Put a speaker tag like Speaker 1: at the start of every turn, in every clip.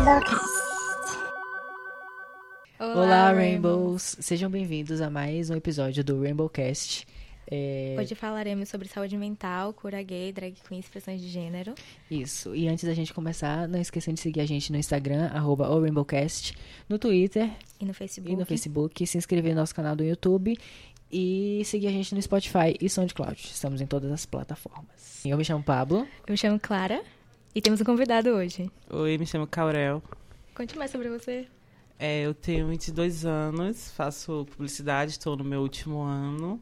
Speaker 1: Rainbowcast.
Speaker 2: Olá, Rainbows! Sejam bem-vindos a mais um episódio do Rainbowcast. É,
Speaker 1: Hoje falaremos sobre saúde mental, cura gay, drag queen, expressões de gênero.
Speaker 2: Isso. E antes da gente começar, não esqueçam de seguir a gente no Instagram, arroba o Rainbowcast, no Twitter
Speaker 1: E no Facebook.
Speaker 2: e no Facebook, se inscrever no nosso canal do YouTube e seguir a gente no Spotify e SoundCloud. Estamos em todas as plataformas. Eu me chamo Pablo.
Speaker 1: Eu me chamo Clara e temos um convidado hoje.
Speaker 3: Oi, me chamo Caurel.
Speaker 1: Conte mais sobre você.
Speaker 3: É, eu tenho 22 anos, faço publicidade, estou no meu último ano.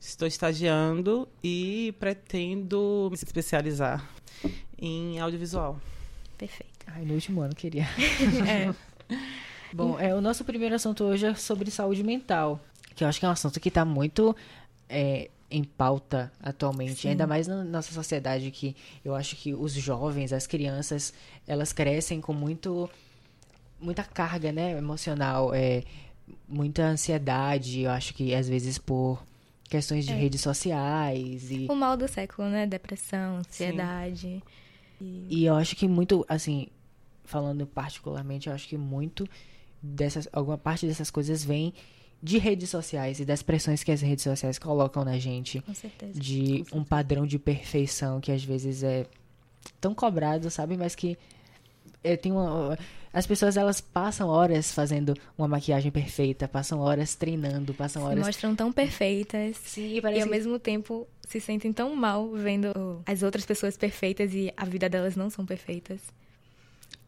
Speaker 3: Estou estagiando e pretendo me especializar em audiovisual.
Speaker 1: Perfeito.
Speaker 2: Ai, no último ano queria.
Speaker 1: É.
Speaker 2: Bom, é, o nosso primeiro assunto hoje é sobre saúde mental, que eu acho que é um assunto que está muito é, em pauta atualmente, ainda mais na nossa sociedade que eu acho que os jovens, as crianças, elas crescem com muito muita carga, né, emocional, é, muita ansiedade, eu acho que às vezes por questões de redes sociais e
Speaker 1: O mal do século, né? Depressão, ansiedade.
Speaker 2: E eu acho que muito, assim, falando particularmente, eu acho que muito dessas, alguma parte dessas coisas vem de redes sociais e das pressões que as redes sociais colocam na gente,
Speaker 1: Com certeza.
Speaker 2: de um padrão de perfeição que às vezes é tão cobrado, sabe? Mas que é, tem uma, as pessoas elas passam horas fazendo uma maquiagem perfeita, passam horas treinando, passam
Speaker 1: Se
Speaker 2: horas
Speaker 1: mostram tão perfeitas.
Speaker 2: Sim,
Speaker 1: E ao
Speaker 2: que-
Speaker 1: mesmo tempo se sentem tão mal vendo as outras pessoas perfeitas e a vida delas não são perfeitas.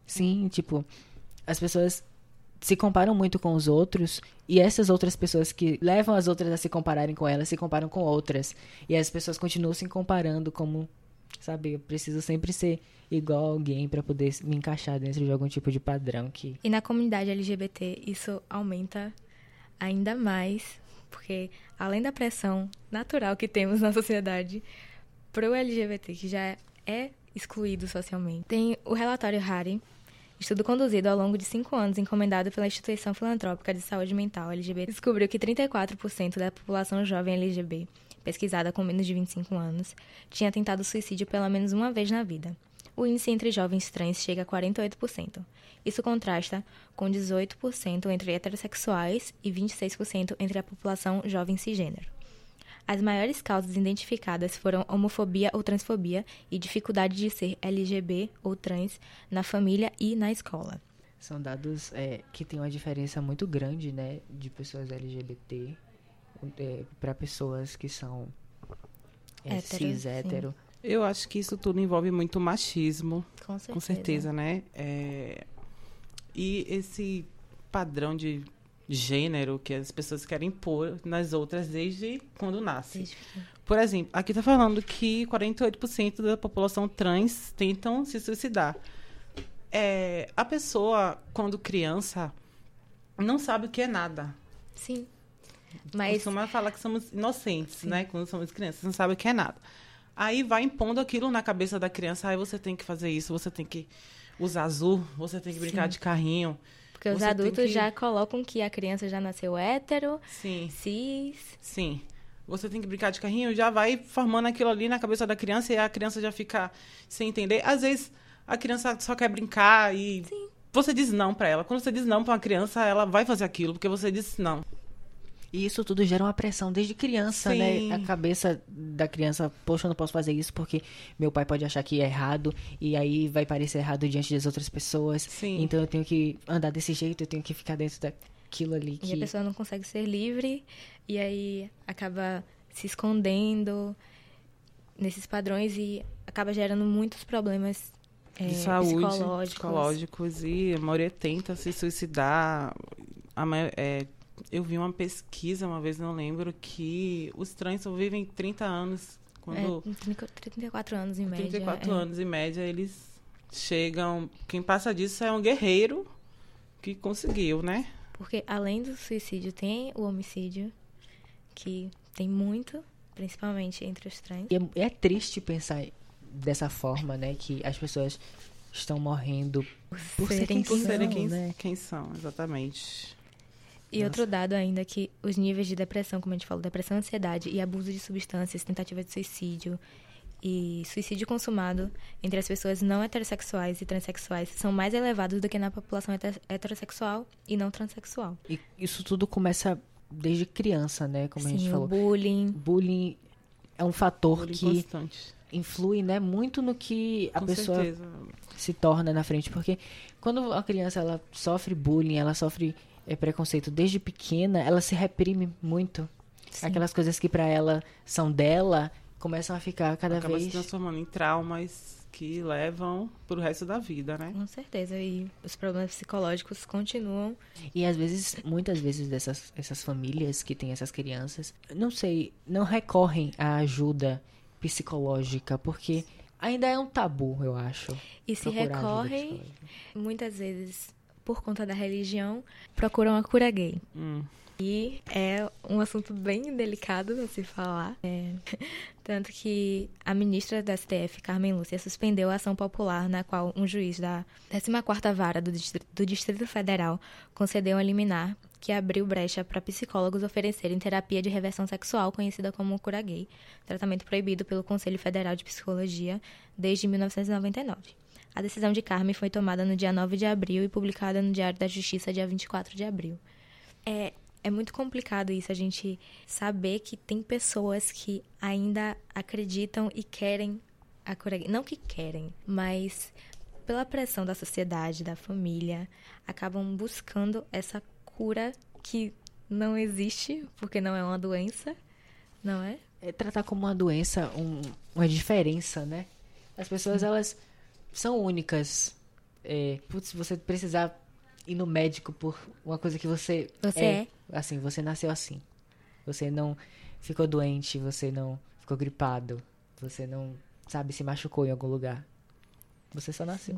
Speaker 2: Sim, tipo, as pessoas se comparam muito com os outros e essas outras pessoas que levam as outras a se compararem com elas se comparam com outras. E as pessoas continuam se comparando como, sabe, eu preciso sempre ser igual a alguém pra poder me encaixar dentro de algum tipo de padrão que.
Speaker 1: E na comunidade LGBT isso aumenta ainda mais, porque além da pressão natural que temos na sociedade pro LGBT, que já é excluído socialmente, tem o relatório Harry, estudo conduzido ao longo de cinco anos encomendado pela Instituição Filantrópica de Saúde Mental LGBT, descobriu que 34% da população jovem LGBT, pesquisada com menos de 25 anos, tinha tentado suicídio pelo menos uma vez na vida. O índice entre jovens trans chega a 48%. Isso contrasta com 18% entre heterossexuais e 26% entre a população jovem cisgênero. As maiores causas identificadas foram homofobia ou transfobia e dificuldade de ser LGB ou trans na família e na escola.
Speaker 2: São dados é, que tem uma diferença muito grande, né, de pessoas LGBT é, para pessoas que são é,
Speaker 1: Hétero,
Speaker 2: cis,
Speaker 1: sim.
Speaker 2: hétero.
Speaker 3: Eu acho que isso tudo envolve muito machismo,
Speaker 1: Com certeza.
Speaker 3: com certeza, né? É, E esse padrão de gênero que as pessoas querem pôr nas outras desde quando nasce. Por exemplo, aqui tá falando que 48% da população trans tentam se suicidar. É, a pessoa, quando criança, não sabe o que é nada.
Speaker 1: Sim.
Speaker 3: Mas...
Speaker 1: Mas
Speaker 3: Costuma falar que somos inocentes, né? Quando somos crianças, não sabe o que é nada. Aí vai impondo aquilo na cabeça da criança. Aí você tem que fazer isso, você tem que usar azul, você tem que brincar de carrinho.
Speaker 1: porque os
Speaker 3: você tem
Speaker 1: adultos
Speaker 3: que-
Speaker 1: já colocam que a criança já nasceu hétero,
Speaker 3: Sim.
Speaker 1: cis.
Speaker 3: Sim. Você tem que brincar de carrinho, já vai formando aquilo ali na cabeça da criança e a criança já fica sem entender. Às vezes a criança só quer brincar e você diz não pra ela. Quando você diz não pra uma criança, ela vai fazer aquilo porque você disse não.
Speaker 2: E isso tudo gera uma pressão desde criança,
Speaker 3: Sim.
Speaker 2: né? A cabeça da criança, poxa, eu não posso fazer isso porque meu pai pode achar que é errado e aí vai parecer errado diante das outras pessoas.
Speaker 3: Sim.
Speaker 2: Então eu tenho que andar desse jeito, eu tenho que ficar dentro daquilo ali
Speaker 1: E a
Speaker 2: que
Speaker 1: pessoa não consegue ser livre e aí acaba se escondendo nesses padrões e acaba gerando muitos problemas eh,
Speaker 3: de saúde,
Speaker 1: psicológicos.
Speaker 3: É, psicológicos, e a maioria tenta se suicidar. A mai- é, eu vi uma pesquisa uma vez, não lembro, que os trans só vivem 30 anos. Quando
Speaker 1: É, 30 34 anos em
Speaker 3: com
Speaker 1: média.
Speaker 3: 34
Speaker 1: é.
Speaker 3: anos, em média, eles chegam... Quem passa disso é um guerreiro que conseguiu, né?
Speaker 1: Porque além do suicídio, tem o homicídio, que tem muito, principalmente entre os trans.
Speaker 2: E é, é triste pensar dessa forma, né? Que as pessoas estão morrendo por
Speaker 1: serem quem
Speaker 2: serem
Speaker 3: Por
Speaker 2: quem
Speaker 1: são,
Speaker 3: serem
Speaker 2: são,
Speaker 3: quem,
Speaker 2: né?
Speaker 3: quem são, exatamente.
Speaker 1: E outro dado ainda que os níveis de depressão, como a gente falou, depressão, ansiedade e abuso de substâncias, tentativa de suicídio e suicídio consumado entre as pessoas não heterossexuais e transexuais são mais elevados do que na população heter- heterossexual e não transexual.
Speaker 2: E isso tudo começa desde criança, né? Como a gente
Speaker 1: Sim, o
Speaker 2: falou.
Speaker 1: bullying,
Speaker 2: Bullying é um fator
Speaker 3: Bullying
Speaker 2: que
Speaker 3: constante.
Speaker 2: influi, né, muito no que a
Speaker 3: Com
Speaker 2: pessoa
Speaker 3: certeza.
Speaker 2: se torna na frente, porque quando a criança ela sofre bullying, ela sofre eh, preconceito desde pequena, ela se reprime muito.
Speaker 1: Sim.
Speaker 2: Aquelas coisas que pra ela são dela começam a ficar cada
Speaker 3: Acaba se
Speaker 2: vez
Speaker 3: transformando em traumas que levam pro resto da vida, né?
Speaker 1: com certeza, e os problemas psicológicos continuam
Speaker 2: E às vezes, muitas vezes dessas essas famílias que têm essas crianças, não sei, não recorrem à ajuda psicológica, porque ainda é um tabu, eu acho.
Speaker 1: e se
Speaker 2: procurar ajuda
Speaker 1: recorrem
Speaker 2: psicológica.
Speaker 1: muitas vezes por conta da religião procuram a cura gay.
Speaker 3: Hum.
Speaker 1: E é um assunto bem delicado a se falar. É, Tanto que a ministra da STF, Carmen Lúcia, suspendeu a ação popular na qual um juiz da 14ª Vara do Distri- do Distrito Federal concedeu a liminar que abriu brecha para psicólogos oferecerem terapia de reversão sexual conhecida como cura gay, tratamento proibido pelo Conselho Federal de Psicologia desde 1999. A decisão de Carmen foi tomada no dia 9 de abril e publicada no Diário da Justiça dia 24 de abril. É, é muito complicado isso, a gente saber que tem pessoas que ainda acreditam e querem a cura gay. Não que querem, mas pela pressão da sociedade, da família, acabam buscando essa cura que não existe, porque não é uma doença, não é?
Speaker 2: É tratar como uma doença, um- uma diferença, né? As pessoas, elas são únicas. É, putz, você precisar ir no médico por uma coisa que você,
Speaker 1: Você é.
Speaker 2: Assim, você nasceu assim. Você não ficou doente, você não ficou gripado, você não, sabe, se machucou em algum lugar. Você só nasceu.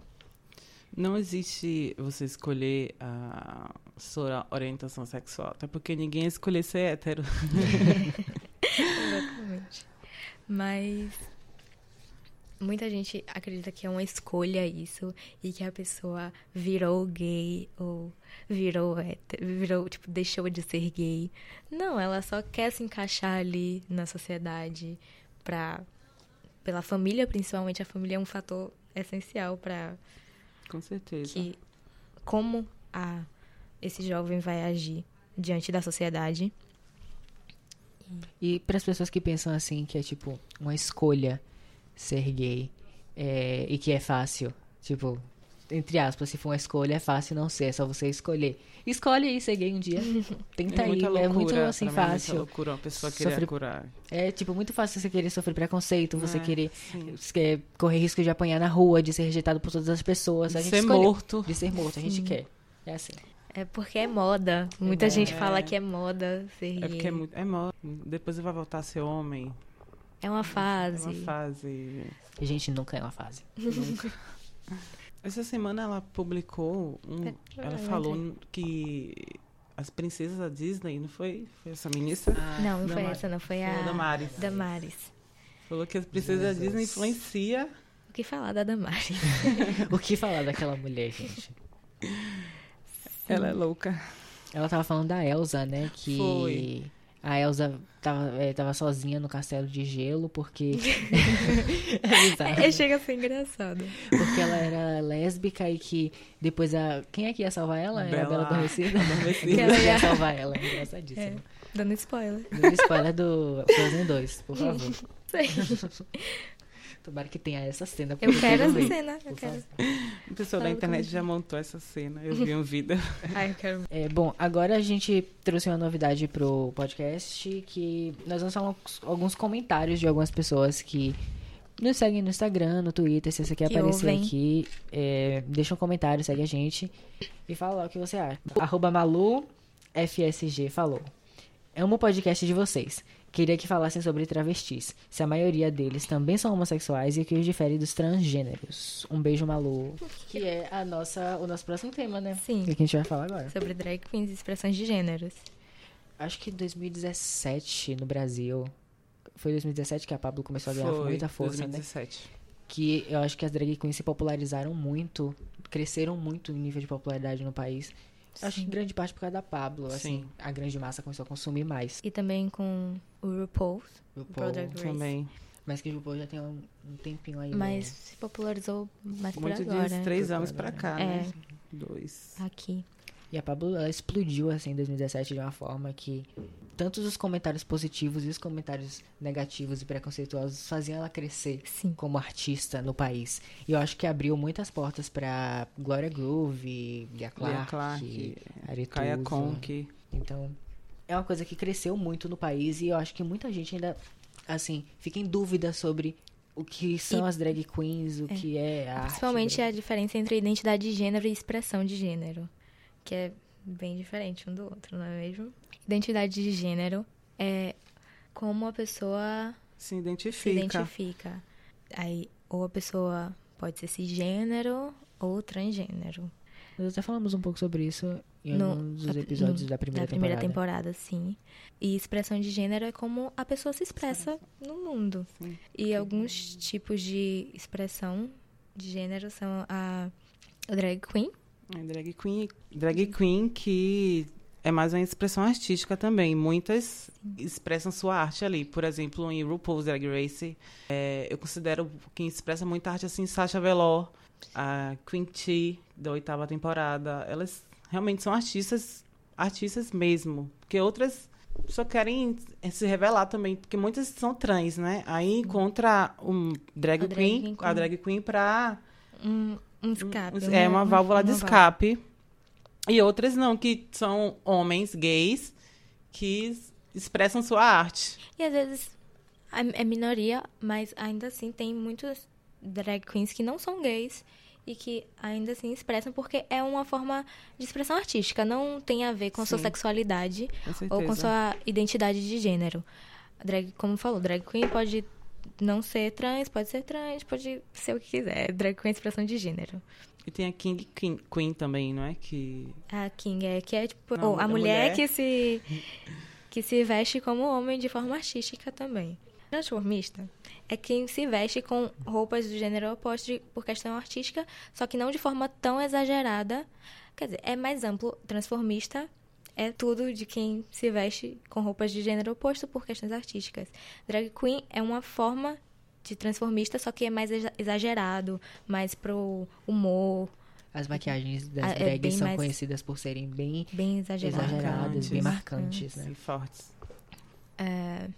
Speaker 3: Não existe você escolher a sua orientação sexual, até porque ninguém ia escolher ser hétero.
Speaker 1: Exatamente. Mas muita gente acredita que é uma escolha isso e que a pessoa virou gay ou virou hétero, virou, tipo, deixou de ser gay. Não, ela só quer se encaixar ali na sociedade pra pela família, principalmente a família é um fator essencial pra
Speaker 3: Com certeza.
Speaker 1: que como a esse jovem vai agir diante da sociedade.
Speaker 2: E para as pessoas que pensam assim, que é tipo uma escolha ser gay é, e que é fácil, tipo, entre aspas, se for uma escolha, é fácil não ser, é só você escolher. Escolhe aí ser gay um dia. Tenta
Speaker 3: é
Speaker 2: aí,
Speaker 3: muita
Speaker 2: é
Speaker 3: loucura,
Speaker 2: muito assim
Speaker 3: pra mim é muita
Speaker 2: fácil.
Speaker 3: loucura uma pessoa
Speaker 2: Sofrer-
Speaker 3: querer curar.
Speaker 2: É tipo muito fácil você querer sofrer preconceito, você
Speaker 3: É,
Speaker 2: querer
Speaker 3: sim.
Speaker 2: é, correr risco de apanhar na rua, de ser rejeitado por todas as pessoas. A
Speaker 3: De
Speaker 2: gente
Speaker 3: ser
Speaker 2: escolheu-
Speaker 3: morto.
Speaker 2: De ser morto, a gente quer. É assim.
Speaker 1: É porque é moda. Muita
Speaker 2: moda.
Speaker 1: gente fala que é moda ser
Speaker 3: É
Speaker 1: gay.
Speaker 3: porque é muito. É mó... Depois vai voltar a ser homem.
Speaker 1: É uma
Speaker 3: É
Speaker 1: fase.
Speaker 3: uma fase.
Speaker 2: A gente nunca é uma fase.
Speaker 3: Nunca. Essa semana ela publicou um.
Speaker 1: É,
Speaker 3: Ela
Speaker 1: eu
Speaker 3: falou que as princesas da Disney, não foi? Foi essa ministra?
Speaker 1: Não, não foi
Speaker 3: Damares.
Speaker 1: essa, não. Foi
Speaker 3: Foi
Speaker 1: a
Speaker 3: a Damares.
Speaker 1: Damares.
Speaker 3: Falou que as princesas da Disney influencia.
Speaker 1: O que falar da Damares?
Speaker 2: O que falar daquela mulher, gente?
Speaker 3: Ela é louca.
Speaker 2: Ela tava falando da Elsa, né? Que
Speaker 3: Foi.
Speaker 2: a Elsa tava, eh, tava sozinha no castelo de gelo porque. é bizarro.
Speaker 1: É, chega a ser engraçado.
Speaker 2: Porque ela era lésbica e que depois a. Quem é que ia salvar ela? Era a
Speaker 3: Bela
Speaker 2: Bela Adormecida.
Speaker 3: Adormecida.
Speaker 2: Quem
Speaker 1: Ela
Speaker 2: ia
Speaker 1: ia-
Speaker 2: salvar ela? É Engraçadíssimo.
Speaker 1: Dando spoiler.
Speaker 2: Não me spoiler do Frozen 2, por favor.
Speaker 1: Sei.
Speaker 2: Tomara que tenha essa cena.
Speaker 1: Eu
Speaker 2: porque
Speaker 1: quero
Speaker 2: vi.
Speaker 1: essa cena. Eu
Speaker 2: Por
Speaker 1: quero.
Speaker 3: O pessoal da
Speaker 1: Sabe
Speaker 3: internet
Speaker 1: como-
Speaker 3: já montou essa cena. Eu vi um vídeo.
Speaker 1: Ai, Ah, eu quero.
Speaker 2: É, bom, agora a gente trouxe uma novidade pro podcast que nós vamos falar uns- alguns comentários de algumas pessoas que nos seguem no Instagram, no Twitter, se você quer
Speaker 1: Que
Speaker 2: aparecer
Speaker 1: ouvem.
Speaker 2: aqui, é, deixa um comentário, segue a gente e fala o que você acha. Arroba Malu FSG falou. Amo o podcast de vocês. Queria que falassem sobre travestis, se a maioria deles também são homossexuais e o que os difere dos transgêneros. Um beijo, Malu. Que é a nossa, o nosso próximo tema, né?
Speaker 1: é, Sim.
Speaker 2: O que a gente vai falar agora?
Speaker 1: Sobre drag queens e expressões de gêneros.
Speaker 2: Acho que 2017 no Brasil. Foi 2017 que a Pablo começou a ganhar
Speaker 3: Foi,
Speaker 2: muita força, né?
Speaker 3: 2017.
Speaker 2: Que eu acho que as drag queens se popularizaram muito, cresceram muito em nível de popularidade no país. Acho que em grande parte por causa da Pablo, assim,
Speaker 3: Sim.
Speaker 2: a grande massa começou a consumir mais.
Speaker 1: E também com o RuPaul.
Speaker 2: O
Speaker 1: Pro Drag Race.
Speaker 3: Também.
Speaker 2: Mas que Jupo já tem um, um tempinho aí.
Speaker 1: Mas
Speaker 2: né?
Speaker 1: se popularizou mais por
Speaker 3: Muito
Speaker 1: agora.
Speaker 3: disso, três
Speaker 2: Por
Speaker 3: anos
Speaker 2: agora.
Speaker 3: pra cá,
Speaker 1: É.
Speaker 3: né? Dois.
Speaker 1: Aqui.
Speaker 2: E a Pablo, ela explodiu assim em 2017 de uma forma que tanto os comentários positivos e os comentários negativos e preconceituosos faziam ela crescer
Speaker 1: Sim.
Speaker 2: como artista no país. E eu acho que abriu muitas portas pra Gloria Groove, Lia Clark,
Speaker 3: Lia Clark,
Speaker 2: Aretuza.
Speaker 3: Kaya Conk.
Speaker 2: Então, é uma coisa que cresceu muito no país e eu acho que muita gente ainda, assim, fica em dúvida sobre o que são as drag queens, o que é a arte
Speaker 1: Principalmente
Speaker 2: drag.
Speaker 1: a diferença entre identidade de gênero e expressão de gênero, que é bem diferente um do outro, não é mesmo? Identidade de gênero é como a pessoa
Speaker 3: Se
Speaker 1: se
Speaker 3: identifica.
Speaker 1: identifica. Aí, ou a pessoa pode ser cisgênero ou transgênero.
Speaker 2: Nós até falamos um pouco sobre isso em
Speaker 1: é No-
Speaker 2: algum dos
Speaker 1: a-
Speaker 2: episódios
Speaker 1: no-
Speaker 2: da primeira
Speaker 1: da primeira
Speaker 2: temporada.
Speaker 1: temporada, sim. E expressão de gênero é como a pessoa se expressa no mundo.
Speaker 3: Sim.
Speaker 1: E alguns tipos de expressão de gênero são a drag queen,
Speaker 3: É, Drag queen, drag queen que é mais uma expressão artística também. Muitas expressam sua arte ali. Por exemplo, em RuPaul's Drag Race, é, eu considero quem expressa muita arte assim Sasha Velour, a Queen T da oitava temporada. Elas realmente são artistas, artistas mesmo, porque outras só querem é, se revelar também, porque muitas são trans, né? Aí encontra um drag,
Speaker 1: A drag
Speaker 3: queen,
Speaker 1: queen
Speaker 3: a drag queen pra
Speaker 1: um, um escape.
Speaker 3: um-
Speaker 1: né?
Speaker 3: É uma válvula de
Speaker 1: Uma
Speaker 3: escape. E outras não, que são homens gays que s- expressam sua arte.
Speaker 1: E às vezes é é minoria, mas ainda assim tem muitos drag queens que não são gays e que ainda assim expressam porque é uma forma de expressão artística, não tem a ver com a sua
Speaker 3: Sim.
Speaker 1: sexualidade
Speaker 3: Com certeza.
Speaker 1: ou com sua identidade de gênero. Drag, como falou, drag queen pode não ser trans, pode ser trans, pode ser o que quiser. Drag queen é expressão de gênero.
Speaker 3: E tem a King Queen, Queen também, não é? Que
Speaker 1: A King é que é tipo
Speaker 3: Não,
Speaker 1: ou a
Speaker 3: a
Speaker 1: mulher,
Speaker 3: mulher.
Speaker 1: que se que se veste como homem de forma artística também. Transformista é quem se veste com roupas do gênero oposto de- por questão artística, só que não de forma tão exagerada. Quer dizer, é mais amplo. Transformista é tudo de quem se veste com roupas de gênero oposto por questões artísticas. Drag queen é uma forma de transformista, só que é mais exa- exagerado, mais pro humor,
Speaker 2: As maquiagens das
Speaker 1: Ah, é bem
Speaker 2: drags são
Speaker 1: mais-
Speaker 2: conhecidas por serem bem
Speaker 1: bem exagerado.
Speaker 2: exageradas,
Speaker 1: Marcantes.
Speaker 2: bem marcantes, né?
Speaker 3: assim, fortes.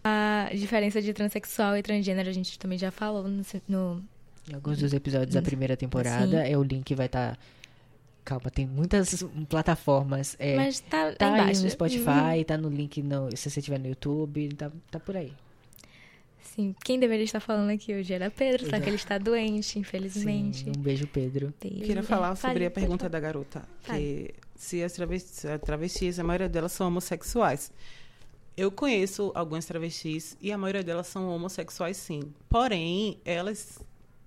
Speaker 1: A diferença de transexual e transgênero a gente também já falou no, no-
Speaker 2: Em alguns dos episódios da primeira temporada, é o link vai estar... Calma, tem muitas plataformas. É,
Speaker 1: mas tá,
Speaker 2: tá
Speaker 1: lá
Speaker 2: aí
Speaker 1: embaixo.
Speaker 2: no Spotify, tá no link no, se você tiver no YouTube, tá, tá por aí.
Speaker 1: Sim, quem deveria estar falando aqui hoje era Pedro, só
Speaker 2: Exato.
Speaker 1: que ele está doente,
Speaker 2: Sim,
Speaker 1: infelizmente.
Speaker 2: um beijo, Pedro.
Speaker 1: Beijo.
Speaker 3: Eu queria falar
Speaker 1: É,
Speaker 3: sobre
Speaker 1: fale,
Speaker 3: a pergunta
Speaker 1: pode
Speaker 3: da garota.
Speaker 1: Fale.
Speaker 3: Que se as travestis, a travestis, a maioria delas são homossexuais. Eu conheço algumas travestis e a maioria delas são homossexuais, sim. Porém, elas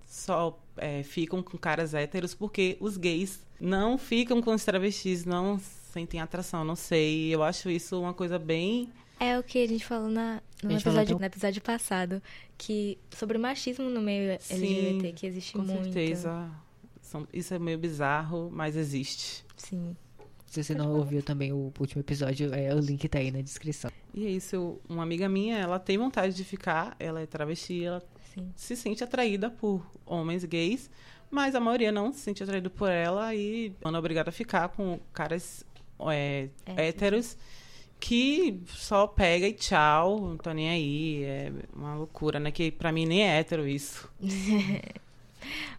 Speaker 3: só é, ficam com caras héteros porque os gays não ficam com os travestis, não sentem atração, não sei. Eu acho isso uma coisa bem.
Speaker 1: falar. É o que a gente falou na, no,
Speaker 2: A gente falou
Speaker 1: episódio,
Speaker 2: até um-
Speaker 1: no episódio passado, que sobre machismo no meio LGBT, que existe
Speaker 3: com
Speaker 1: muito.
Speaker 3: certeza. São- isso é meio bizarro, mas existe.
Speaker 1: Sim.
Speaker 2: Se você não ouviu também o último episódio, é, o link tá aí na descrição.
Speaker 3: E é isso. eu- Uma amiga minha, ela tem vontade de ficar, ela é travesti, ela
Speaker 1: Sim.
Speaker 3: se sente atraída por homens gays, mas a maioria não se sente atraída por ela e mano é obrigada a ficar com caras é,
Speaker 1: É.
Speaker 3: héteros que só pega e tchau, não tô nem aí, é uma loucura, né? Que pra mim nem é hétero isso.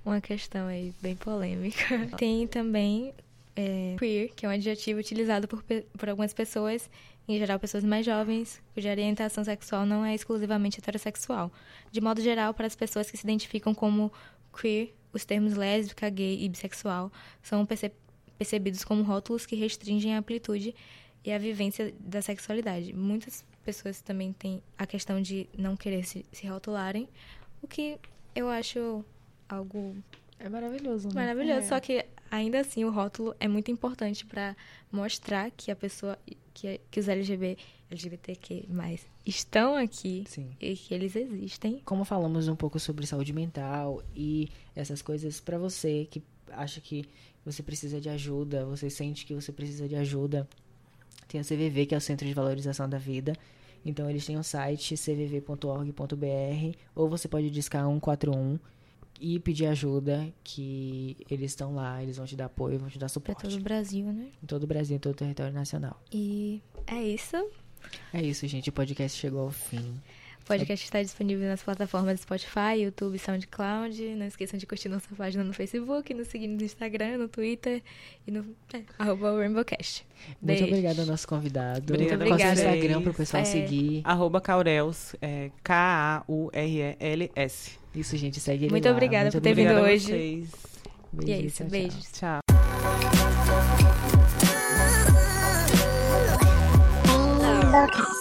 Speaker 1: Uma questão aí bem polêmica. Tem também é, queer, que é um adjetivo utilizado por, pe- por algumas pessoas, em geral pessoas mais jovens, cuja orientação sexual não é exclusivamente heterossexual. De modo geral, para as pessoas que se identificam como queer, os termos lésbica, gay e bissexual são perce- percebidos como rótulos que restringem a amplitude e a vivência da sexualidade. Muitas pessoas também têm a questão de não querer se, se rotularem, o que eu acho algo
Speaker 2: É maravilhoso, né?
Speaker 1: maravilhoso. Só que ainda assim o rótulo é muito importante para mostrar que a pessoa que, que os LGBT, LGBTQ estão aqui
Speaker 2: Sim.
Speaker 1: e que eles existem.
Speaker 2: Como falamos um pouco sobre saúde mental e essas coisas pra você que acha que você precisa de ajuda, você sente que você precisa de ajuda, tem a CVV, que é o Centro de Valorização da Vida. Então eles têm um site cvv.org.br ou você pode discar 141 e pedir ajuda que eles estão lá, eles vão te dar apoio, vão te dar
Speaker 1: Pra
Speaker 2: suporte.
Speaker 1: todo o Brasil, né?
Speaker 2: Em todo o Brasil, em todo o território nacional.
Speaker 1: E é isso.
Speaker 2: É isso, gente. O podcast chegou ao fim.
Speaker 1: O podcast
Speaker 2: É.
Speaker 1: está disponível nas plataformas Spotify, YouTube, SoundCloud. Não esqueçam de curtir nossa página no Facebook, nos seguir no Instagram, no Twitter e no é, arroba Rainbowcast.
Speaker 2: Muito
Speaker 1: Beijos.
Speaker 2: obrigada ao nosso convidado.
Speaker 3: Obrigada
Speaker 1: a
Speaker 2: Passa o
Speaker 1: vocês.
Speaker 2: Instagram pro pessoal
Speaker 1: É.
Speaker 2: seguir.
Speaker 3: Arroba Caurels, é, K-A-U-R-E-L-S.
Speaker 2: Isso, gente. Segue ele
Speaker 1: Muito
Speaker 2: lá.
Speaker 1: obrigada por ter
Speaker 2: obrigado.
Speaker 3: Obrigada a
Speaker 1: hoje.
Speaker 3: vocês.
Speaker 1: E é
Speaker 2: Beijinho,
Speaker 1: isso.
Speaker 2: tchau, tchau.
Speaker 1: Beijos.
Speaker 3: Tchau.
Speaker 4: Rainbow Cast.